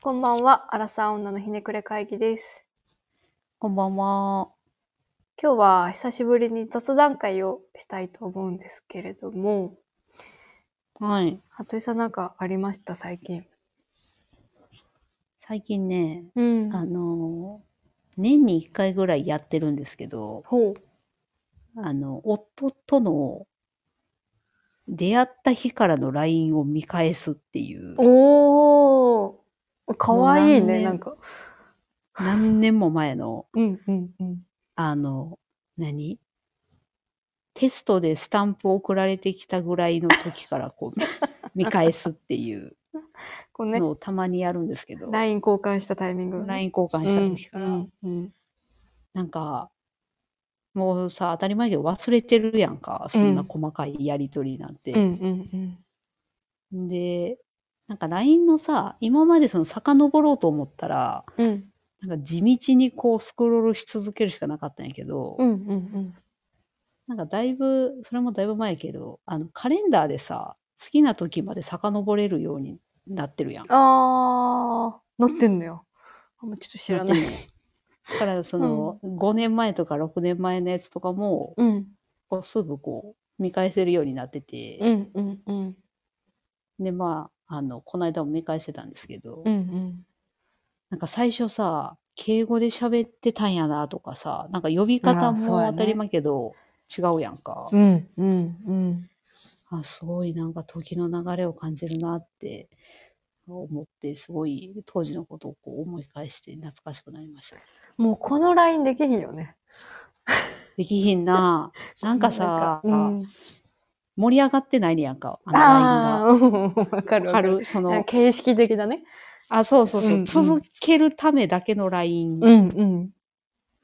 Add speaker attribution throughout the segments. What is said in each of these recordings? Speaker 1: こんばんは、アラサー女のひねくれ会議です。
Speaker 2: こんばんは。
Speaker 1: 今日は久しぶりに雑談会をしたいと思うんですけれども、
Speaker 2: はい。
Speaker 1: 服部さんなんかありました、最近。
Speaker 2: 最近ね、
Speaker 1: うん
Speaker 2: あのー年に1回ぐらいやってるんですけど、
Speaker 1: ほう。
Speaker 2: あの、夫との出会った日からの LINE を見返すっていう、
Speaker 1: おー。かわいい
Speaker 2: もう何
Speaker 1: ね、
Speaker 2: 年
Speaker 1: なんか。
Speaker 2: 何年も前の、
Speaker 1: うん、うん、うん。
Speaker 2: あの、何テストでスタンプ送られてきたぐらいの時からこう 見返すっていう
Speaker 1: こうね、
Speaker 2: のをたまにやるんですけど、
Speaker 1: LINE 交換したタイミング。
Speaker 2: LINE 交換した時から、
Speaker 1: うん、うん。
Speaker 2: なんか、もうさ、当たり前やけど忘れてるやんか、そんな細かいやりとりなんて。
Speaker 1: うん、うん、うん。
Speaker 2: で、なんか LINE のさ、今までその遡ろうと思ったら、
Speaker 1: うん、
Speaker 2: なんか地道にこうスクロールし続けるしかなかったんやけど、
Speaker 1: うん、うん、うん。
Speaker 2: なんかだいぶ、それもだいぶ前やけど、あのカレンダーでさ、好きな時まで遡れるようになってるやん。
Speaker 1: あー、なってんのよ。あんまちょっと知らな
Speaker 2: って
Speaker 1: い。
Speaker 2: んのよだからその、5年前とか6年前のやつとかも、
Speaker 1: うん、
Speaker 2: こうすぐこう見返せるようになってて、
Speaker 1: うん、うん、うん。
Speaker 2: で、まあ、あの、この間も見返してたんですけど、
Speaker 1: うん、うん。
Speaker 2: なんか最初さ、敬語で喋ってたんやなとかさ、なんか呼び方
Speaker 1: あー
Speaker 2: も
Speaker 1: そうやね
Speaker 2: 当たり前けど、違うやんか。
Speaker 1: うん、うん、うん。
Speaker 2: あ、すごいなんか時の流れを感じるなって思って、すごい当時のことをこう思い返して懐かしくなりました。
Speaker 1: もうこのラインできひんよね。
Speaker 2: できひん な。なんかさ、
Speaker 1: なんか
Speaker 2: 盛り上がってないやんか、あ
Speaker 1: うんあ
Speaker 2: の LINE が。
Speaker 1: ー、うんわかるわ
Speaker 2: わか
Speaker 1: かる。
Speaker 2: るそ
Speaker 1: なん
Speaker 2: の
Speaker 1: か、形式的だね。
Speaker 2: あ、そうそうそう、
Speaker 1: うんうん
Speaker 2: 続けるためだけの LINE
Speaker 1: んうん。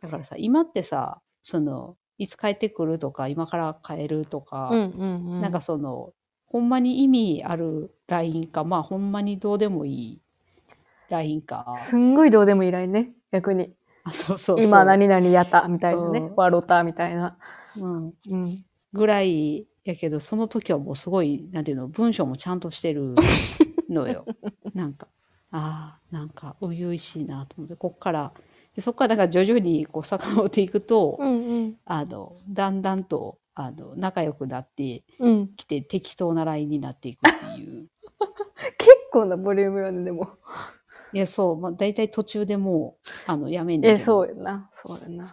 Speaker 2: だからさ、今ってさ、その、いつ帰ってくるとか、今から帰るとか、
Speaker 1: うんうんうん。
Speaker 2: なんかその、ほんまに意味ある LINE か、まあほんまにどうでもいい LINE か。
Speaker 1: すんごいどうでもいいラインね。逆に。
Speaker 2: あそうそうそう。
Speaker 1: 今何々やったみたいなね
Speaker 2: う。ん
Speaker 1: わろたみたいな。
Speaker 2: うん。
Speaker 1: うん。
Speaker 2: ぐらいやけど、その時はもうすごい、なんていうの、文章もちゃんとしてるの よ。なんか、ああ、なんか初々しいなと思って、こっから、でそこからだから徐々にこう遡っていくと、
Speaker 1: んうん。
Speaker 2: あの、だんだんと、あの、仲良くなって、
Speaker 1: うん。
Speaker 2: 来て適当なラインになっていくっていう。
Speaker 1: 結構なボリュームよね、でも。
Speaker 2: いや、そう、まあ、大体途中でもう、あの、やめんねん
Speaker 1: え、
Speaker 2: けど
Speaker 1: そうやな。そうやな。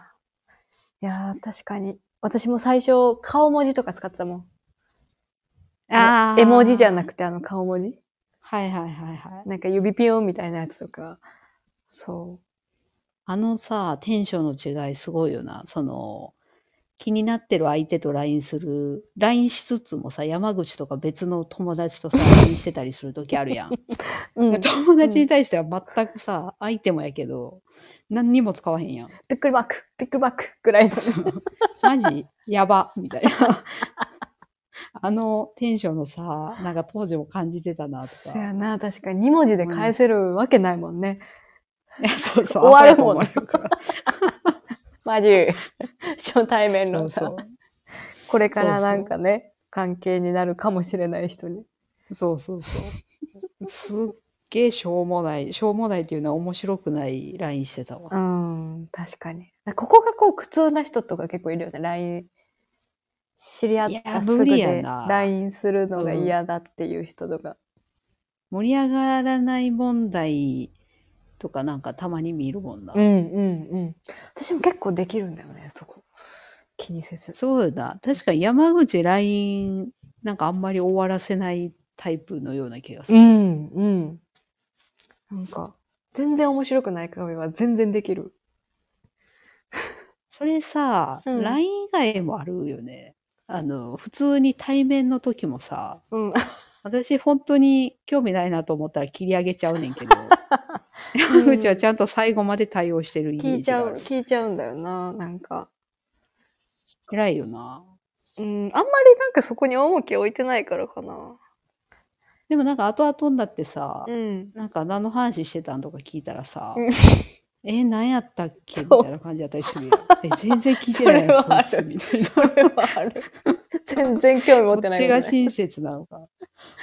Speaker 1: いやー、確かに。私も最初、顔文字とか使ってたもん。
Speaker 2: あー
Speaker 1: 絵文字じゃなくて、あの顔文字。
Speaker 2: はいはいはいはい。
Speaker 1: なんか指ピヨンみたいなやつとか。そう。
Speaker 2: あのさ、テンションの違いすごいよな。その、気になってる相手と LINE する、LINE しつつもさ、山口とか別の友達 とさ、LINE してたりする時あるやん。
Speaker 1: うん、び
Speaker 2: 友達に対しては全くさ、相手もやけど、何にも使わへんやん。
Speaker 1: っくりマーク、びっくりマークぐらいの。
Speaker 2: マジやばみたい な。あのテンションのさ、なんか当時も感じてたなと
Speaker 1: そ
Speaker 2: か。
Speaker 1: やな、確かに2文字で返せるわけないもんね。
Speaker 2: いやそうそう。
Speaker 1: 終わるもん
Speaker 2: アホやと思われるから
Speaker 1: マジ。 初対面
Speaker 2: そ
Speaker 1: の
Speaker 2: う
Speaker 1: さ
Speaker 2: そう。
Speaker 1: これからなんかね、関係になるかもしれない人に。
Speaker 2: そうそうそう。すっげえしょうもない、しょうもないっていうのは面白くない LINE してた
Speaker 1: う
Speaker 2: わ。
Speaker 1: ん、確かに。ここがこう、苦痛な人とか結構いるよね、LINE。知り合っ
Speaker 2: いや
Speaker 1: たすぐ
Speaker 2: 無理や
Speaker 1: で
Speaker 2: な
Speaker 1: LINE するのが嫌だっていう人とか。
Speaker 2: 盛り上がらない問題とかなんかたまに見るもんな。
Speaker 1: うんうんうん。私も結構できるんだよね、そこ。気にせず。
Speaker 2: そうだ。確かに山口 LINE なんかあんまり終わらせないタイプのような気がす
Speaker 1: う
Speaker 2: る。
Speaker 1: ん、うん。なんか、全然面白くない鏡は全然できる。
Speaker 2: それさ、
Speaker 1: うん
Speaker 2: LINE 以外もあるよね。あの、普通に対面の時もさ、
Speaker 1: うん。
Speaker 2: 私本当に興味ないなと思ったら切り上げちゃうねんけど、 山口はちゃんと最後まで対応してるイメ
Speaker 1: 聞
Speaker 2: ー
Speaker 1: い
Speaker 2: ジ
Speaker 1: ちゃ
Speaker 2: があ
Speaker 1: う、
Speaker 2: る。
Speaker 1: 聞いちゃうんだよな、なんか。
Speaker 2: 偉いよな。
Speaker 1: うん、あんまりなんかそこに重きを置いてないからかな。
Speaker 2: でもなんか後々になってさ、
Speaker 1: うん。
Speaker 2: なんか何の話してたんとか聞いたらさ、
Speaker 1: うん
Speaker 2: え、何やったっけみ
Speaker 1: そう
Speaker 2: たいな感じだったりするやん。え、全然聞いてない
Speaker 1: それは
Speaker 2: こい
Speaker 1: あ
Speaker 2: つ
Speaker 1: る
Speaker 2: みたいな。
Speaker 1: それはあ る。全然興味持って
Speaker 2: ど
Speaker 1: ない
Speaker 2: っち
Speaker 1: よ
Speaker 2: が
Speaker 1: ね。
Speaker 2: 親切なのか。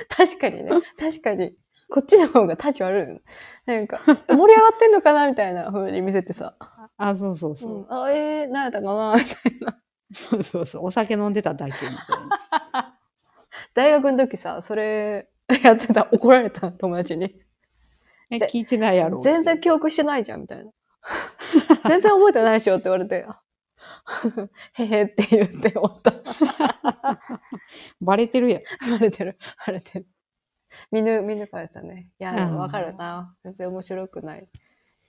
Speaker 1: 確かにね。確かに。こっちの方が立ち悪い。なんか、盛り上がってんのかなみたいな風に見せてさ。
Speaker 2: あ、そうそう
Speaker 1: う
Speaker 2: そう。
Speaker 1: ん、あ、えー、何やったかなみたいな。
Speaker 2: そうそうそう。お酒飲んでただけみた いな。
Speaker 1: 大学の時さ、それやってた、怒られた、友達に。
Speaker 2: え、
Speaker 1: で
Speaker 2: 聞いてないやろ。
Speaker 1: 全然記憶してないじゃん、みたいな。全然覚えてないでしょって言われて、 へへって言って終わった。
Speaker 2: バレてるやん。
Speaker 1: バレてる、バレてる。見ぬ、見ぬからさね。いや、で
Speaker 2: うん
Speaker 1: もわかるな。全然面白くない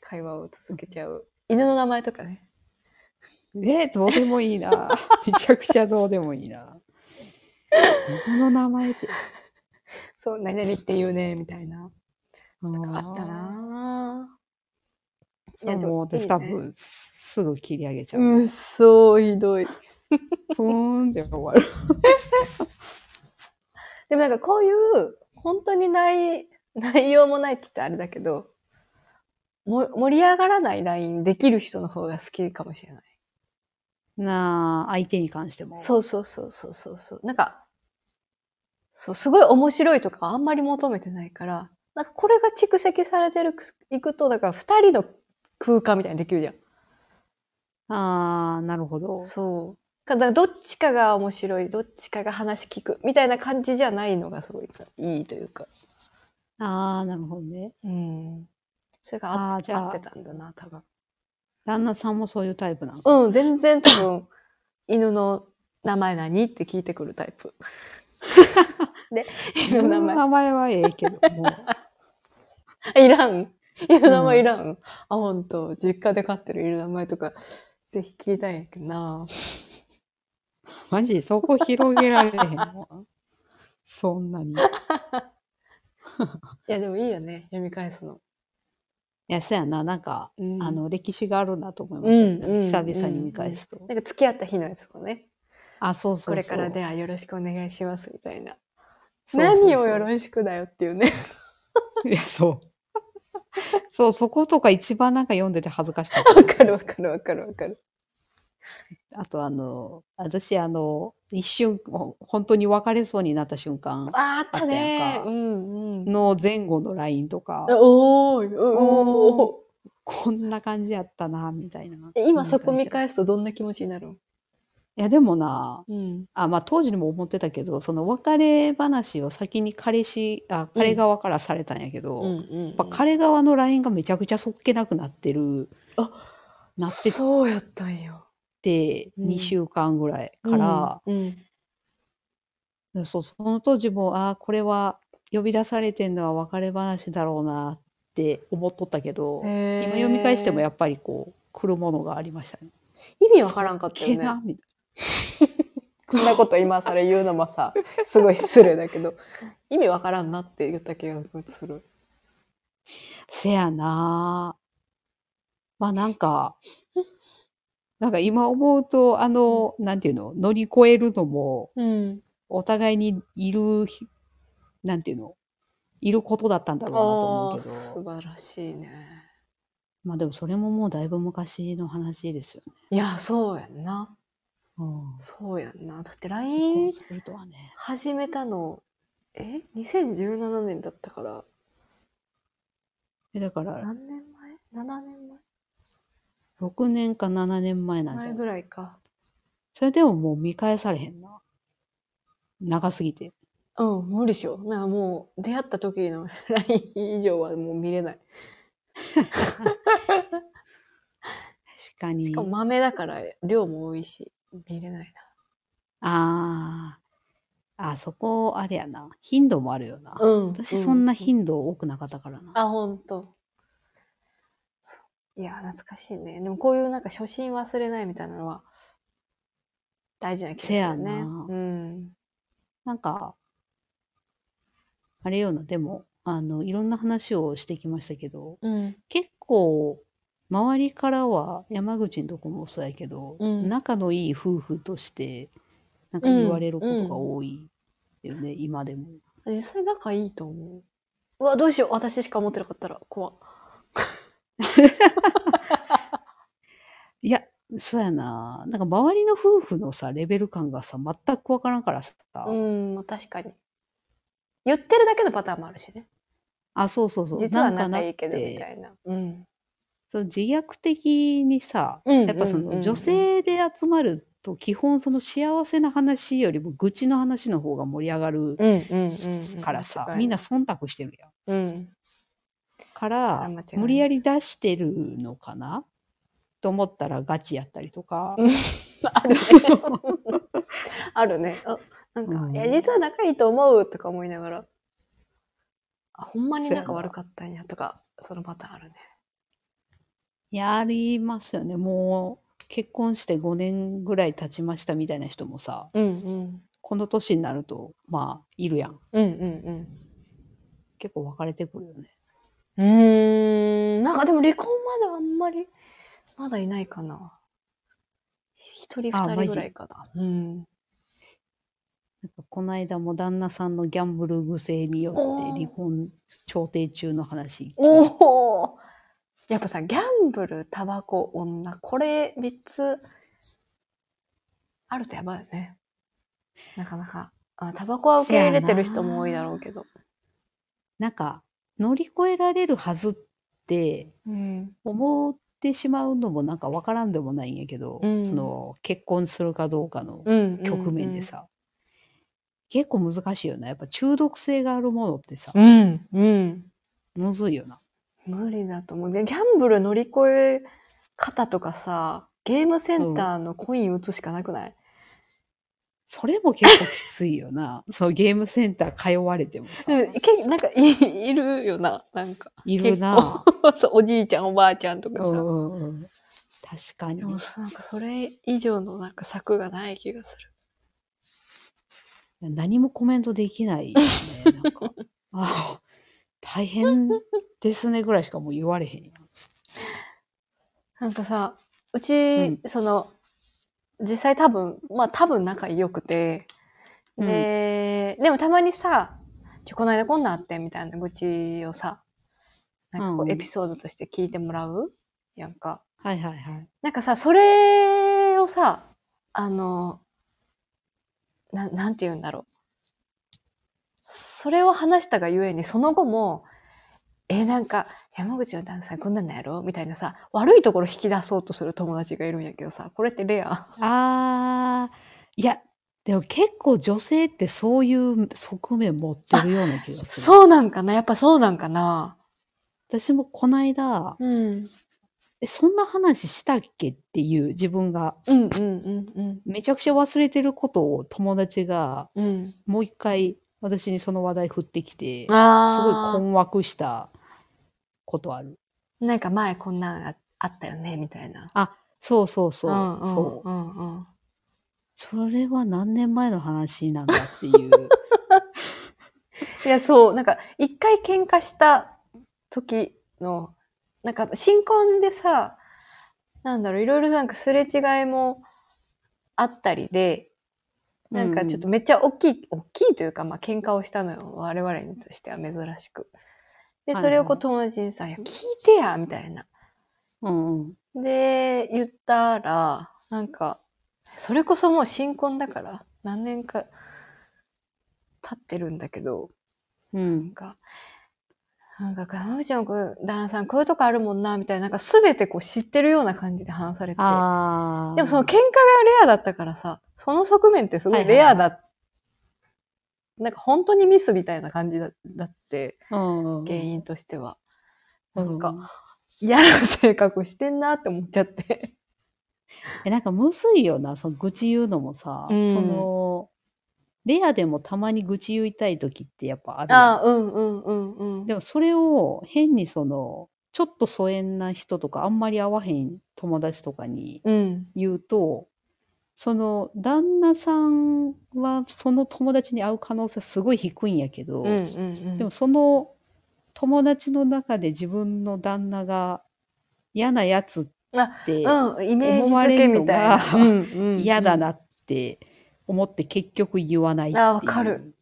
Speaker 1: 会話を続けちゃう。犬の名前とかね。
Speaker 2: えどうでもいい な。めちゃくちゃどうでもいいな。この名前って。
Speaker 1: そう、何々って言うね、みたいな。
Speaker 2: あ
Speaker 1: あったなぁ。
Speaker 2: そう
Speaker 1: いやでも
Speaker 2: もう私
Speaker 1: いいね
Speaker 2: 多分すぐ切り上げちゃう。
Speaker 1: うっそー、ひどい。
Speaker 2: ふーんって終わる。
Speaker 1: でもなんかこういう、本当にない、 内容もないって言ってあれだけど、も盛り上がらないラインできる人の方が好きかもしれない。
Speaker 2: なあ、相手に関しても。
Speaker 1: そうそうそうそうそうそう。なんか、そう、すごい面白いとかあんまり求めてないから、なんかこれが蓄積されてるく、いくと、だから二人の空間みたいにできるじゃん。
Speaker 2: ああ、なるほど。
Speaker 1: そう。だからどっちかが面白い、どっちかが話聞く、みたいな感じじゃないのがすごいいいというか。
Speaker 2: ああ、なるほどね。
Speaker 1: うん。それが合
Speaker 2: あ
Speaker 1: っ
Speaker 2: ー
Speaker 1: て
Speaker 2: じゃあ
Speaker 1: 合ってたんだな、多分。
Speaker 2: 旦那さんもそういうタイプなの。
Speaker 1: うん、全然多分、 犬の名前何って聞いてくるタイ プ。で、犬の名
Speaker 2: 名前はええ けど、もう
Speaker 1: 前、いらん。犬の名前いらん。あ、ほんと、実家で飼ってる犬の名前とか、ぜひ聞いたいんやけどな。
Speaker 2: マジそこ広げられへんわ。そんなに。い
Speaker 1: いや、でもいいよね、読み返すの。
Speaker 2: や、そうやな、なんか、
Speaker 1: うん
Speaker 2: あの、歴史があるなと思いました、
Speaker 1: うんうん
Speaker 2: 久々に見返すと。
Speaker 1: なんか付き合った日のやつもね、
Speaker 2: あ、そうそうそう。
Speaker 1: これからではよろしくお願いしますみたいな。
Speaker 2: そうそうそう
Speaker 1: 何をよろしくだよっていうね。
Speaker 2: いや、 そう。そう、そことか一番なんか読んでて恥ずかしかっ
Speaker 1: わかるわかるわかるわかる。
Speaker 2: た。あと、あの、私、あの、一瞬、ほ本当に別れそうになった瞬
Speaker 1: あ
Speaker 2: 間
Speaker 1: ーあった
Speaker 2: あった
Speaker 1: ね
Speaker 2: やん。か
Speaker 1: うんうん。
Speaker 2: の前後のラインとか、
Speaker 1: おーい、おー。
Speaker 2: こんな感じやったな、みたいな。
Speaker 1: え今そこ見
Speaker 2: い
Speaker 1: 返すとどんな気持ちになるの
Speaker 2: や、でもな、
Speaker 1: うん。
Speaker 2: あまあ、当時にも思ってたけど、その別れ話を先に彼氏、あ、彼側からされたんやけど、
Speaker 1: うん
Speaker 2: やっ
Speaker 1: うん、やっ
Speaker 2: ぱ彼側のラインがめちゃくちゃそっけなくなってる、なって
Speaker 1: そうやったんよ。
Speaker 2: て、
Speaker 1: うん
Speaker 2: 2週間ぐらいから、
Speaker 1: うん、うん
Speaker 2: そう、その当時も、ああ、これは呼び出されてんのは別れ話だろうなって思っとったけど、
Speaker 1: へー
Speaker 2: 今読み返してもやっぱりこう、来るものがありましたね。
Speaker 1: 意味わからんかった
Speaker 2: け
Speaker 1: よね。
Speaker 2: な、みたい
Speaker 1: こんなこと今それ言うのもさ、 すごい失礼だけど、意味わからんなって言った気がする。
Speaker 2: な。せやなー。まあな んか、なんか今思うと、あの、なんていうの、乗り越えるのも、
Speaker 1: うん。
Speaker 2: お互いにいるひ、なんていうの、いることだったんだろうなと思
Speaker 1: あ
Speaker 2: う
Speaker 1: あ、
Speaker 2: け
Speaker 1: 素
Speaker 2: ど、
Speaker 1: 晴らしいね。
Speaker 2: まあでもそれももうだいぶ昔の話ですよね。
Speaker 1: いや、そうやんな。
Speaker 2: うん
Speaker 1: そうやんな。だって
Speaker 2: 結
Speaker 1: LINE
Speaker 2: 婚するとはね。
Speaker 1: 始めたの、え ?2017 年だったから、
Speaker 2: えだから、
Speaker 1: 何年前 ?7 年前
Speaker 2: 6年か7年前なんじ
Speaker 1: 前
Speaker 2: ゃ
Speaker 1: ぐ
Speaker 2: ない
Speaker 1: らいか。
Speaker 2: それでももう見返されへんな。長すぎて。
Speaker 1: うん、無理しよう。なんかもう、出会った時の LINE 以上はもう見れない。
Speaker 2: 確かに。
Speaker 1: しかも豆だから量も多いし、見れない
Speaker 2: ああ。あ、そこ、あれやな。頻度もあるよな。
Speaker 1: な。うん
Speaker 2: 私、そんな頻度多くなかったからな。
Speaker 1: あ、ほんと。そういや、懐かしいね。でもこういうなんか初心忘れないみたいなのは、大事な気がする
Speaker 2: せ
Speaker 1: ね
Speaker 2: やな。
Speaker 1: うん。
Speaker 2: なんか、あれよな、でも、あの、いろんな話をしてきましたけど、
Speaker 1: うん。
Speaker 2: 結構、周りからは、山口のとこもそうやけど、
Speaker 1: うん
Speaker 2: 仲のいい夫婦として、なんか言われることが多いよね、今でも。
Speaker 1: 実際仲いいと思う。うわ、どうしよう。私しか思ってなかったら、怖っ。
Speaker 2: いや、そうやな。なんか周りの夫婦のさ、レベル感がさ、全くわからんからさ、
Speaker 1: うん、確かに。言ってるだけのパターンもあるしね。
Speaker 2: あ、そうそうそう。
Speaker 1: 実は
Speaker 2: ん
Speaker 1: 仲
Speaker 2: かなっ
Speaker 1: いいけど
Speaker 2: て
Speaker 1: みたいな。うん。
Speaker 2: その自虐的にさ、
Speaker 1: うん
Speaker 2: やっぱそ
Speaker 1: うんうんう
Speaker 2: の
Speaker 1: ん
Speaker 2: 女性で集まると基本その幸せな話よりも愚痴の話の方が盛り上がる
Speaker 1: うんうんうん。
Speaker 2: からさ、
Speaker 1: 間違いい
Speaker 2: みんな、忖度してるやん。
Speaker 1: うん。
Speaker 2: か
Speaker 1: それは間
Speaker 2: ら
Speaker 1: 違いない
Speaker 2: 無理やり出してるのかなと思ったらガチやったりとか。
Speaker 1: あるね。あるね。あなんか、
Speaker 2: うん
Speaker 1: いや、実は仲いいと思うとか思いながら、あ、ほんまに仲悪かったんやとか、そのパターンあるね。
Speaker 2: やりますよね。もう結婚して5年ぐらい経ちましたみたいな人もさ、
Speaker 1: うんうん。
Speaker 2: この年になるとまあいるやん。
Speaker 1: うんうん
Speaker 2: 結構別れてくるよね。
Speaker 1: うん。うーん。なんかでも離婚まだあんまり、まだいないかな。一人
Speaker 2: あ
Speaker 1: 二
Speaker 2: マ
Speaker 1: 人
Speaker 2: ジ
Speaker 1: ぐらいかな。うん。
Speaker 2: なんかこの間も旦那さんのギャンブル癖によって
Speaker 1: おー
Speaker 2: 離婚調停中の話
Speaker 1: お
Speaker 2: 聞い
Speaker 1: おやっぱさ、ギャンブル、タバコ、女、これ3つあるとやばいよね。なかなか。あタバコは受け入れてる人も多いだろうけど。
Speaker 2: なんか乗り越えられるはずって
Speaker 1: うん。
Speaker 2: 思ってしまうのもなんかわからんでもないんやけど、
Speaker 1: うん
Speaker 2: その結婚するかどうかの
Speaker 1: うん。
Speaker 2: 局面で。さ、結構難しいよなやっぱ中毒性があるものってさ、
Speaker 1: うん。うん。
Speaker 2: むずいよな
Speaker 1: 無理だと思う。でギャンブル乗り越え方とかさ、ゲームセンターのコイン打つしかなくない、
Speaker 2: それも結構きついよな そのゲームセンター通われてもさ、
Speaker 1: うん、けなんかいいるよな、なんか。
Speaker 2: いるな、
Speaker 1: 結構そうおじいちゃん、おばあちゃんとか
Speaker 2: う
Speaker 1: さ。
Speaker 2: んうんうん、確かに
Speaker 1: でもなんかそれ以上のなんか策がない気がする。
Speaker 2: 何もコメントできないよね。 なんかああ、大変ですねぐらいしかもう言われへんやん。
Speaker 1: なんかさ、うち、
Speaker 2: うん
Speaker 1: その、実際多分、まあ多分仲良くて、で、でもたまにさ、ちょ、この間こんなんあってみたいな愚痴をさ、なんかこ
Speaker 2: うん
Speaker 1: うエピソードとして聞いてもらうやんか。
Speaker 2: はいはいはい。
Speaker 1: なんかさ、それをさ、あの、ななんて言うんだろう。それを話したがゆえに、その後も、え、なんか、山口の旦那さんこんなんなんやろみたいなさ、悪いところ引き出そうとする友達がいるんやけどさ、これってレア。
Speaker 2: ああ、いや、でも結構女性ってそういう側面持ってるような気がする。
Speaker 1: そうなんかなやっぱそうなんかな
Speaker 2: 私もこないだ、
Speaker 1: うん。
Speaker 2: え、そんな話したっけっていう自分が、
Speaker 1: うんうんうん
Speaker 2: めちゃくちゃ忘れてることを友達が
Speaker 1: うん。うん。
Speaker 2: もう一回私にその話題振ってきて、すごい
Speaker 1: ああ。
Speaker 2: 困惑したことある。
Speaker 1: なんか前こんなんああったよねみたいな。
Speaker 2: そうそうそう、
Speaker 1: んん
Speaker 2: そう。
Speaker 1: うんうん。
Speaker 2: それは何年前の話なんだっていう。
Speaker 1: いや、そう、なんか、一回喧嘩した時の、なんか、新婚でさ、なんだろう、いろいろなんかすれ違いもあったりで、なんかちょっとめっちゃ大きい、大きいというか、まあ、喧嘩をしたのよ。我々にとしては珍しく。で、それをこう友達にさ、いや、聞いてや、みたいな。
Speaker 2: うんうん。
Speaker 1: で、言ったら、なんか、それこそもう新婚だから、何年か経ってるんだけど、
Speaker 2: うん
Speaker 1: なん。か、なんか、山口の旦那さん、こういうとこあるもんな、みたいな、なんか全てこう知ってるような感じで話されて。
Speaker 2: ああ。
Speaker 1: でもその喧嘩がレアだったからさ、その側面ってすごいレアだ。なんか本当にミスみたいな感じだだって、
Speaker 2: うん、
Speaker 1: 原因としては。
Speaker 2: う
Speaker 1: なんか、嫌な性格してんなって思っちゃって。
Speaker 2: え、なんかむずいよな、その愚痴言うのもさ、
Speaker 1: うん
Speaker 2: その、レアでもたまに愚痴言いたい時ってやっぱあるやん
Speaker 1: ああ、うんうんうんうん。
Speaker 2: でもそれを変にその、ちょっと疎遠な人とかあんまり会わへん友達とかに
Speaker 1: うん。
Speaker 2: 言うと、その旦那さんはその友達に会う可能性すごい低いんやけど、
Speaker 1: うんうんうん。
Speaker 2: でもその友達の中で自分の旦那が嫌なやつって
Speaker 1: うん、イメージ付けみたいな
Speaker 2: 思われるのが
Speaker 1: うんうんうん
Speaker 2: 嫌だなって思って結局言わないっていう。
Speaker 1: あわかる。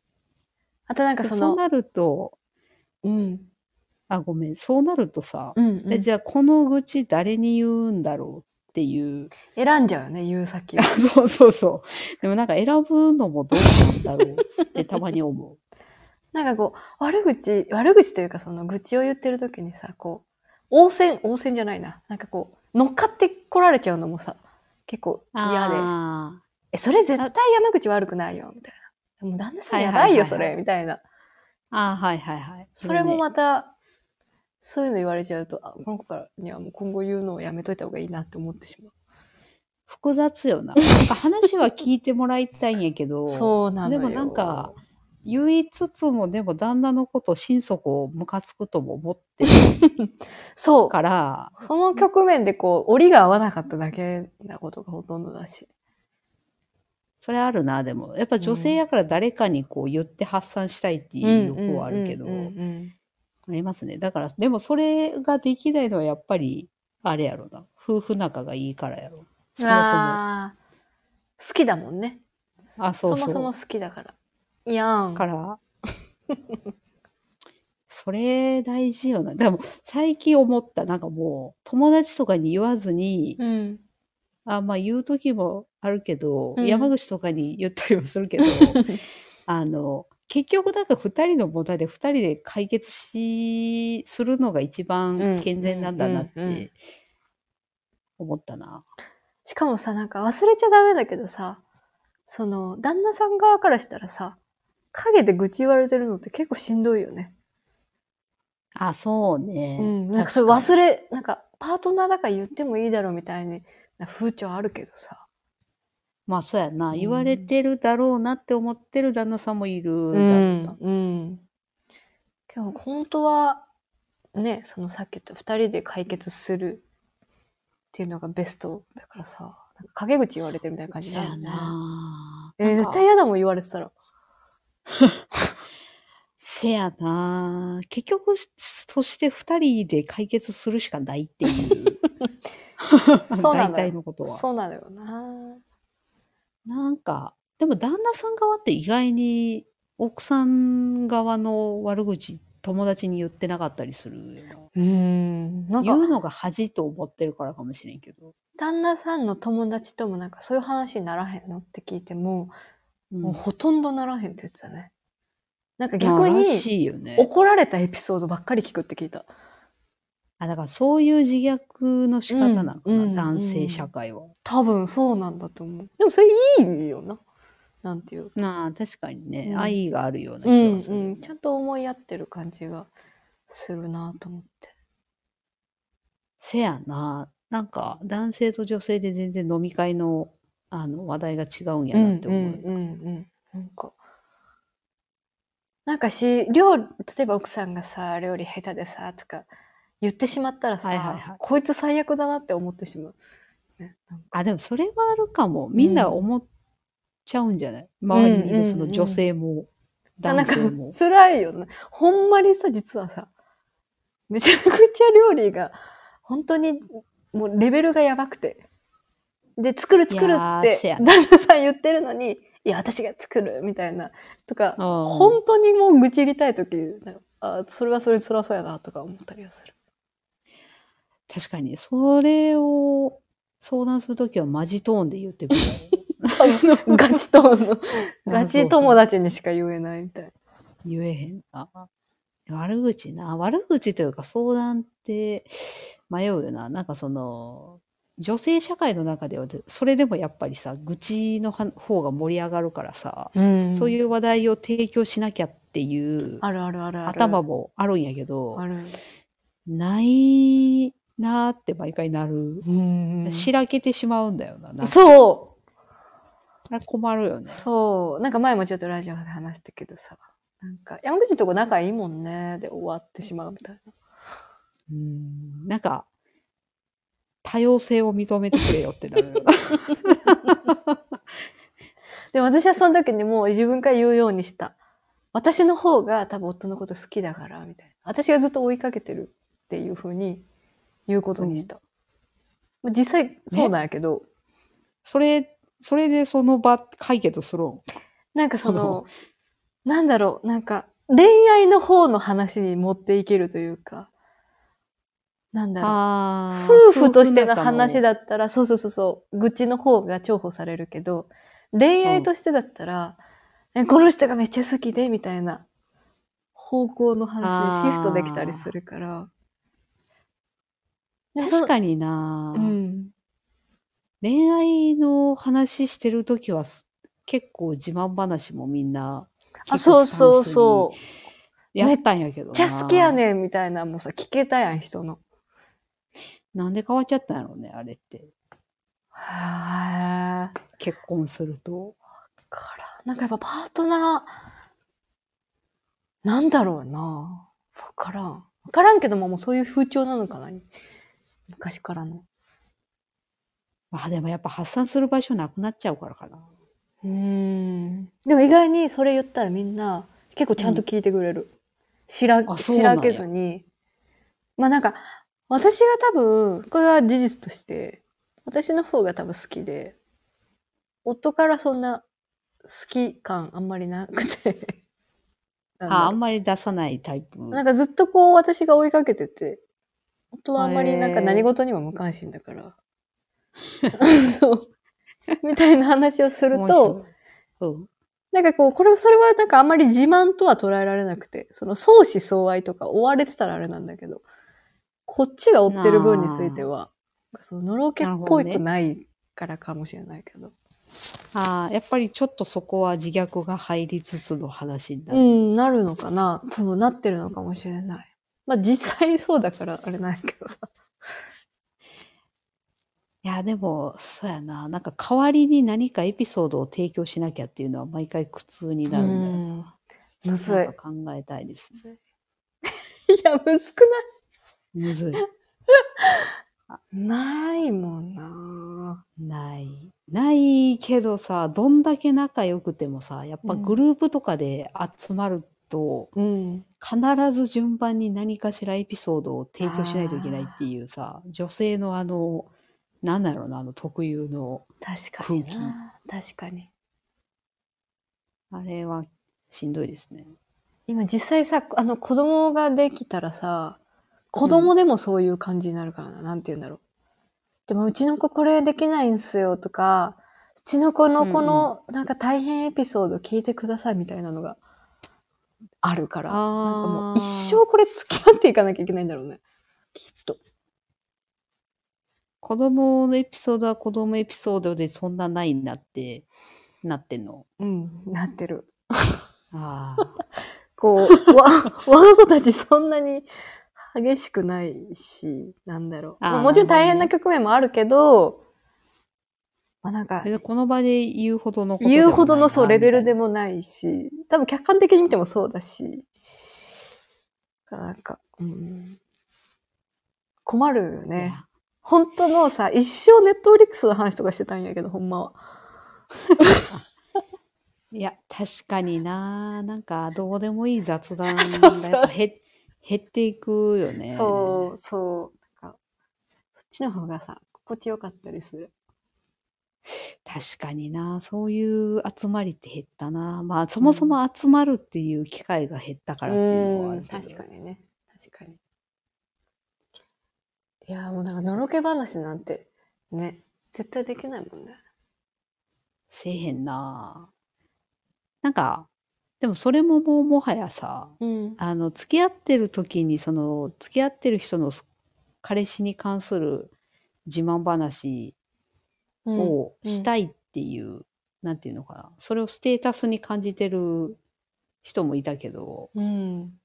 Speaker 1: あとなんかそ
Speaker 2: そう
Speaker 1: の、
Speaker 2: なると、
Speaker 1: うん。
Speaker 2: あ、ごめん、そうなるとさ、
Speaker 1: うんう
Speaker 2: え
Speaker 1: ん、
Speaker 2: じゃあこの愚痴誰に言うんだろうっていう。
Speaker 1: 選んじゃうよね、言う先を。
Speaker 2: そうそうそう。でもなんか選ぶのもどうなんだろうってたまに思う。
Speaker 1: なんかこう、悪口、悪口というかその愚痴を言ってる時にさ、こう、応戦、応戦じゃないな。なんかこう、乗っかってこられちゃうのもさ、結構 嫌で。
Speaker 2: あ
Speaker 1: え、それ絶対山口悪くないよ、みたいな。もう旦那さん
Speaker 2: はい
Speaker 1: や
Speaker 2: はいはいは
Speaker 1: ば
Speaker 2: い
Speaker 1: いよ、それ、みたいな。
Speaker 2: ーあー、はいはいはい。
Speaker 1: それも
Speaker 2: ね
Speaker 1: また、そういうの言われちゃうと、あ、この子からにはもう今後言うのをやめといた方がいいなって思ってしま
Speaker 2: 複雑よな。なんか話は聞いてもらいたいんやけ ど、
Speaker 1: う。そうなのよ。
Speaker 2: でもなんか、言いつつも、でも旦那のこと心底をムカつくとも思ってる
Speaker 1: そう。
Speaker 2: から、
Speaker 1: その局面でこう、折りが合わなかっただけなことがほとんどだし。
Speaker 2: それあるな、でも。やっぱ女性やから誰かにこう言って発散したいっていう欲はあるけど、
Speaker 1: うんうんうんうん
Speaker 2: ありますね。だから、でもそれができないのはやっぱり、あれやろな。夫婦仲がいいからやろ。そもそも。
Speaker 1: あー好きだもんね。
Speaker 2: あそうそう
Speaker 1: もそも好きだから。いやん。
Speaker 2: から それ大事よなでも最近思ったなんかもう友達とかに言わずに、
Speaker 1: うん。
Speaker 2: あまあ言う時もあるけど、
Speaker 1: うん
Speaker 2: 山口とかに言ったりもす るけどあの結局なんか2人の問題で2人で解決しするのが一
Speaker 1: うん
Speaker 2: 番健全なんだなっ
Speaker 1: うんうん
Speaker 2: て思ったな。
Speaker 1: しかもさ、なんか忘れちゃダメだけどさ、その、旦那さん側からしたらさ、陰で愚痴言われてるのって結構しんどいよね。
Speaker 2: あそうね。
Speaker 1: うん。なんかそれ
Speaker 2: 確
Speaker 1: 忘れ、なんかパートナーだから言ってもいいだろうみたいな風潮あるけどさ。
Speaker 2: まあそうやな、
Speaker 1: うん
Speaker 2: 言われてるだろうなって思ってる旦那さんもいる
Speaker 1: う
Speaker 2: だろうな。
Speaker 1: うん。けど本当は、ね、そのさっき言った二人で解決するっていうのがベストだからさ、なんか陰口言われてるみたいな感じ
Speaker 2: そう
Speaker 1: だ
Speaker 2: や
Speaker 1: よね。
Speaker 2: な。
Speaker 1: えー
Speaker 2: なん
Speaker 1: 絶
Speaker 2: か
Speaker 1: 対嫌だもん言われて たら。
Speaker 2: せやな。結局、しそして二人で解決するしかないっていう。
Speaker 1: そうな
Speaker 2: 大
Speaker 1: の
Speaker 2: 体
Speaker 1: よ。
Speaker 2: のことは。
Speaker 1: そうなのよな。
Speaker 2: なんか、でも旦那さん側って意外に奥さん側の悪口、友達に言ってなかったりするよな
Speaker 1: うん。なん
Speaker 2: 言う
Speaker 1: か、
Speaker 2: のが恥と思ってるからかもしれんけど。
Speaker 1: 旦那さんの友達ともなんかそういう話にならへんのって聞いても、
Speaker 2: うん
Speaker 1: もうほとんどならへんって言ってたね。なんか
Speaker 2: ま
Speaker 1: 逆
Speaker 2: あら
Speaker 1: に、
Speaker 2: しいよね。
Speaker 1: 怒られたエピソードばっかり聞くって聞いた。
Speaker 2: あ、だからそういう自虐の仕方なのかな、
Speaker 1: うんうん
Speaker 2: 男性社会は。
Speaker 1: 多分そうなんだと思う。でもそれいいよな。なんていうか。
Speaker 2: なあ、確かに
Speaker 1: う
Speaker 2: ね、
Speaker 1: ん
Speaker 2: 愛があるよう
Speaker 1: う
Speaker 2: な気
Speaker 1: ん
Speaker 2: がするよね、
Speaker 1: うん。ちゃんと思い合ってる感じがするなと思って。
Speaker 2: せやな。なんか、男性と女性で全然飲み会のあの話題が違うんやなって思う。
Speaker 1: うんうんうんうんなんかなんかし料理例えば奥さんがさ料理下手でさとか言ってしまったらさ、
Speaker 2: はいはいはい
Speaker 1: こいつ最悪だなって思ってしまう。ねなんか
Speaker 2: あ、でもそれはあるかも。みんな思っちゃうんじゃない、周りにいるその女性も、
Speaker 1: な
Speaker 2: 男
Speaker 1: んか
Speaker 2: 性も。
Speaker 1: 辛いよね。ほんまにさ実はさめちゃくちゃ料理が本当にもうレベルがやばくてで作る作るっ
Speaker 2: いやー
Speaker 1: て
Speaker 2: せや
Speaker 1: 旦那さん言ってるのにいや私が作るみたいなとか
Speaker 2: あー
Speaker 1: 本当にもう愚痴りたい時なんかあそれはそれで辛そうやなとか思ったりはする
Speaker 2: 確かに、それを相談するときはマジトーンで言ってくる。
Speaker 1: ガチ友のガ
Speaker 2: そうそ
Speaker 1: チ
Speaker 2: う
Speaker 1: 友達にしか言えないみたいな
Speaker 2: 言えへん な。悪口な。悪口というか相談って迷うよな。なんかその、女性社会の中では、それでもやっぱりさ、愚痴のは方が盛り上がるからさ、そう
Speaker 1: う
Speaker 2: いう話題を提供しなきゃっていう
Speaker 1: あるあるあるある
Speaker 2: 頭もあるんやけど
Speaker 1: あ、る
Speaker 2: ないなーって毎回なる。
Speaker 1: うん
Speaker 2: しらけてしまうんだよな。なんか
Speaker 1: そう
Speaker 2: あれ困るよね。
Speaker 1: そう。なんか前もちょっとラジオで話したけどさ。なんか、山口とこ仲いいもんね。で終わってしまうみたいな。
Speaker 2: うん。なんか、多様性を認めてくれよって なるよな。
Speaker 1: でも私はその時にもう自分から言うようにした。私の方が多分夫のこと好きだから、みたいな。私がずっと追いかけてるっていう風に言うことにした。まあ実際そうなんやけど、
Speaker 2: それ、それでその場解決するん
Speaker 1: なんかそ
Speaker 2: そ
Speaker 1: の
Speaker 2: の、
Speaker 1: なんだろう、なんか恋愛の方の話に持っていけるというか、なんだろう。
Speaker 2: あ
Speaker 1: 夫婦としての話
Speaker 2: だ。
Speaker 1: だったら、そうそうそうそう、愚痴の方が重宝されるけど、恋愛としてだったら、えこの人がめっちゃ好きで、みたいな方向の
Speaker 2: あ
Speaker 1: 話
Speaker 2: ー
Speaker 1: にシフトできたりするから。で
Speaker 2: 確かにな、
Speaker 1: そのうん。
Speaker 2: 恋愛の話してる時はす結構自慢話もみんな
Speaker 1: あ、そうそうそう。
Speaker 2: うやったんやけ
Speaker 1: め
Speaker 2: どな
Speaker 1: っちゃ好きやねんみたいなもうさ、聞けたやん、人の。
Speaker 2: なんで変わっちゃったんやろうねあれって
Speaker 1: へえ。
Speaker 2: 結婚すると
Speaker 1: から、なんかやっぱパートナー、なんだろうな。わからん。わからんけども、もうそういう風潮なのかな。昔からの。
Speaker 2: まあでもやっぱ発散する場所なくなっちゃうからかな
Speaker 1: うーん。でも意外にそれ言ったらみんな結構ちゃんと聞いてくれる。知ら、
Speaker 2: あそう
Speaker 1: 知
Speaker 2: なんや
Speaker 1: らけずに。まあなんか、私が多分、これは事実として、私の方が多分好きで、夫からそんな好き感あんまりなくて。なんだろう
Speaker 2: ああんまり出さないタイプ
Speaker 1: なんかずっとこう私が追いかけてて、夫はあんま
Speaker 2: へ
Speaker 1: り
Speaker 2: ー
Speaker 1: なんか何事にも無関心だから。 そう。みたいな話をすると、
Speaker 2: 面白いうん
Speaker 1: なんかこう、これ、それはなんかあんまり自慢とは捉えられなくて、その相思相愛とか追われてたらあれなんだけど、こっちが追ってる分については、なんかそののろけっぽ
Speaker 2: なるほどね
Speaker 1: くないからかもしれないけど。
Speaker 2: ああやっぱりちょっとそこは自虐が入りつつの話にな
Speaker 1: う
Speaker 2: る、
Speaker 1: ん、なるのかな多分なってるのかもしれない。まあ実際そうだからあれなんやけどさ。
Speaker 2: いやでもそうやななんか代わりに何かエピソードを提供しなきゃっていうのは毎回苦痛になるんだよな
Speaker 1: うんむずい。い
Speaker 2: なんか考えたいですね
Speaker 1: や、むずく
Speaker 2: むずい
Speaker 1: ないないもんな
Speaker 2: ないないけどさどんだけ仲良くてもさやっぱ
Speaker 1: うん
Speaker 2: グループとかで集まると、
Speaker 1: うん。
Speaker 2: 必ず順番に何かしらエピソードを提供しないといけないっていうさ女性のあのなんだろうなあの特有の
Speaker 1: 確かにな確かに。
Speaker 2: あれはしんどいですね。
Speaker 1: 今実際さあの子供ができたらさ子供でもそういう感じになるからな、なんて言うんだろうでもうちの子これできないんすよとかうちの子のこの、なんか大変エピソード聞いてくださいみたいなのがあるからなんかもう一生これ付き合っていかなきゃいけないんだろうねきっと
Speaker 2: 子供のエピソードは子供エピソードでそんなないなってなってんの。
Speaker 1: うんなってる
Speaker 2: ああ。
Speaker 1: こう わ我が子たちそんなに激しくないしなんだろう
Speaker 2: あー
Speaker 1: まあもちろん大変
Speaker 2: な
Speaker 1: な
Speaker 2: る
Speaker 1: 局面もあるけどまあなんか
Speaker 2: 別にこの場で言うほどのこと
Speaker 1: 言うほどのそう、レベルで
Speaker 2: も
Speaker 1: もないし、多分客観的に見てもそうだし、なんか、うん、困るよ
Speaker 2: ない
Speaker 1: ね。。本当もうさ、一生ネットフリックスの話とかしてたんやけど、ほんまは。
Speaker 2: いや、確かにな。なんか、どうでもいい雑談が
Speaker 1: そうそう
Speaker 2: やっぱ減っ減っていくよね。
Speaker 1: そう、そう。なんか、そっちの方がさ、心地よかったりする。
Speaker 2: 確かにな。そういう集まりって減ったな。まあ、そもそも集まるっていう機会が減ったからっていうのはあるけど
Speaker 1: 確かにね。確かに。いやー、もうなんか、のろけ話なんて、ね、絶対できないもんね。
Speaker 2: せえへんな。なんか、でもそれももうもはやさ、
Speaker 1: うん。
Speaker 2: あの、付き合ってる時に、その、付き合ってる人のす彼氏に関する自慢話
Speaker 1: うん、
Speaker 2: をしたいっていう、なんていうのかな。それをステータスに感じてる人もいたけど、
Speaker 1: うん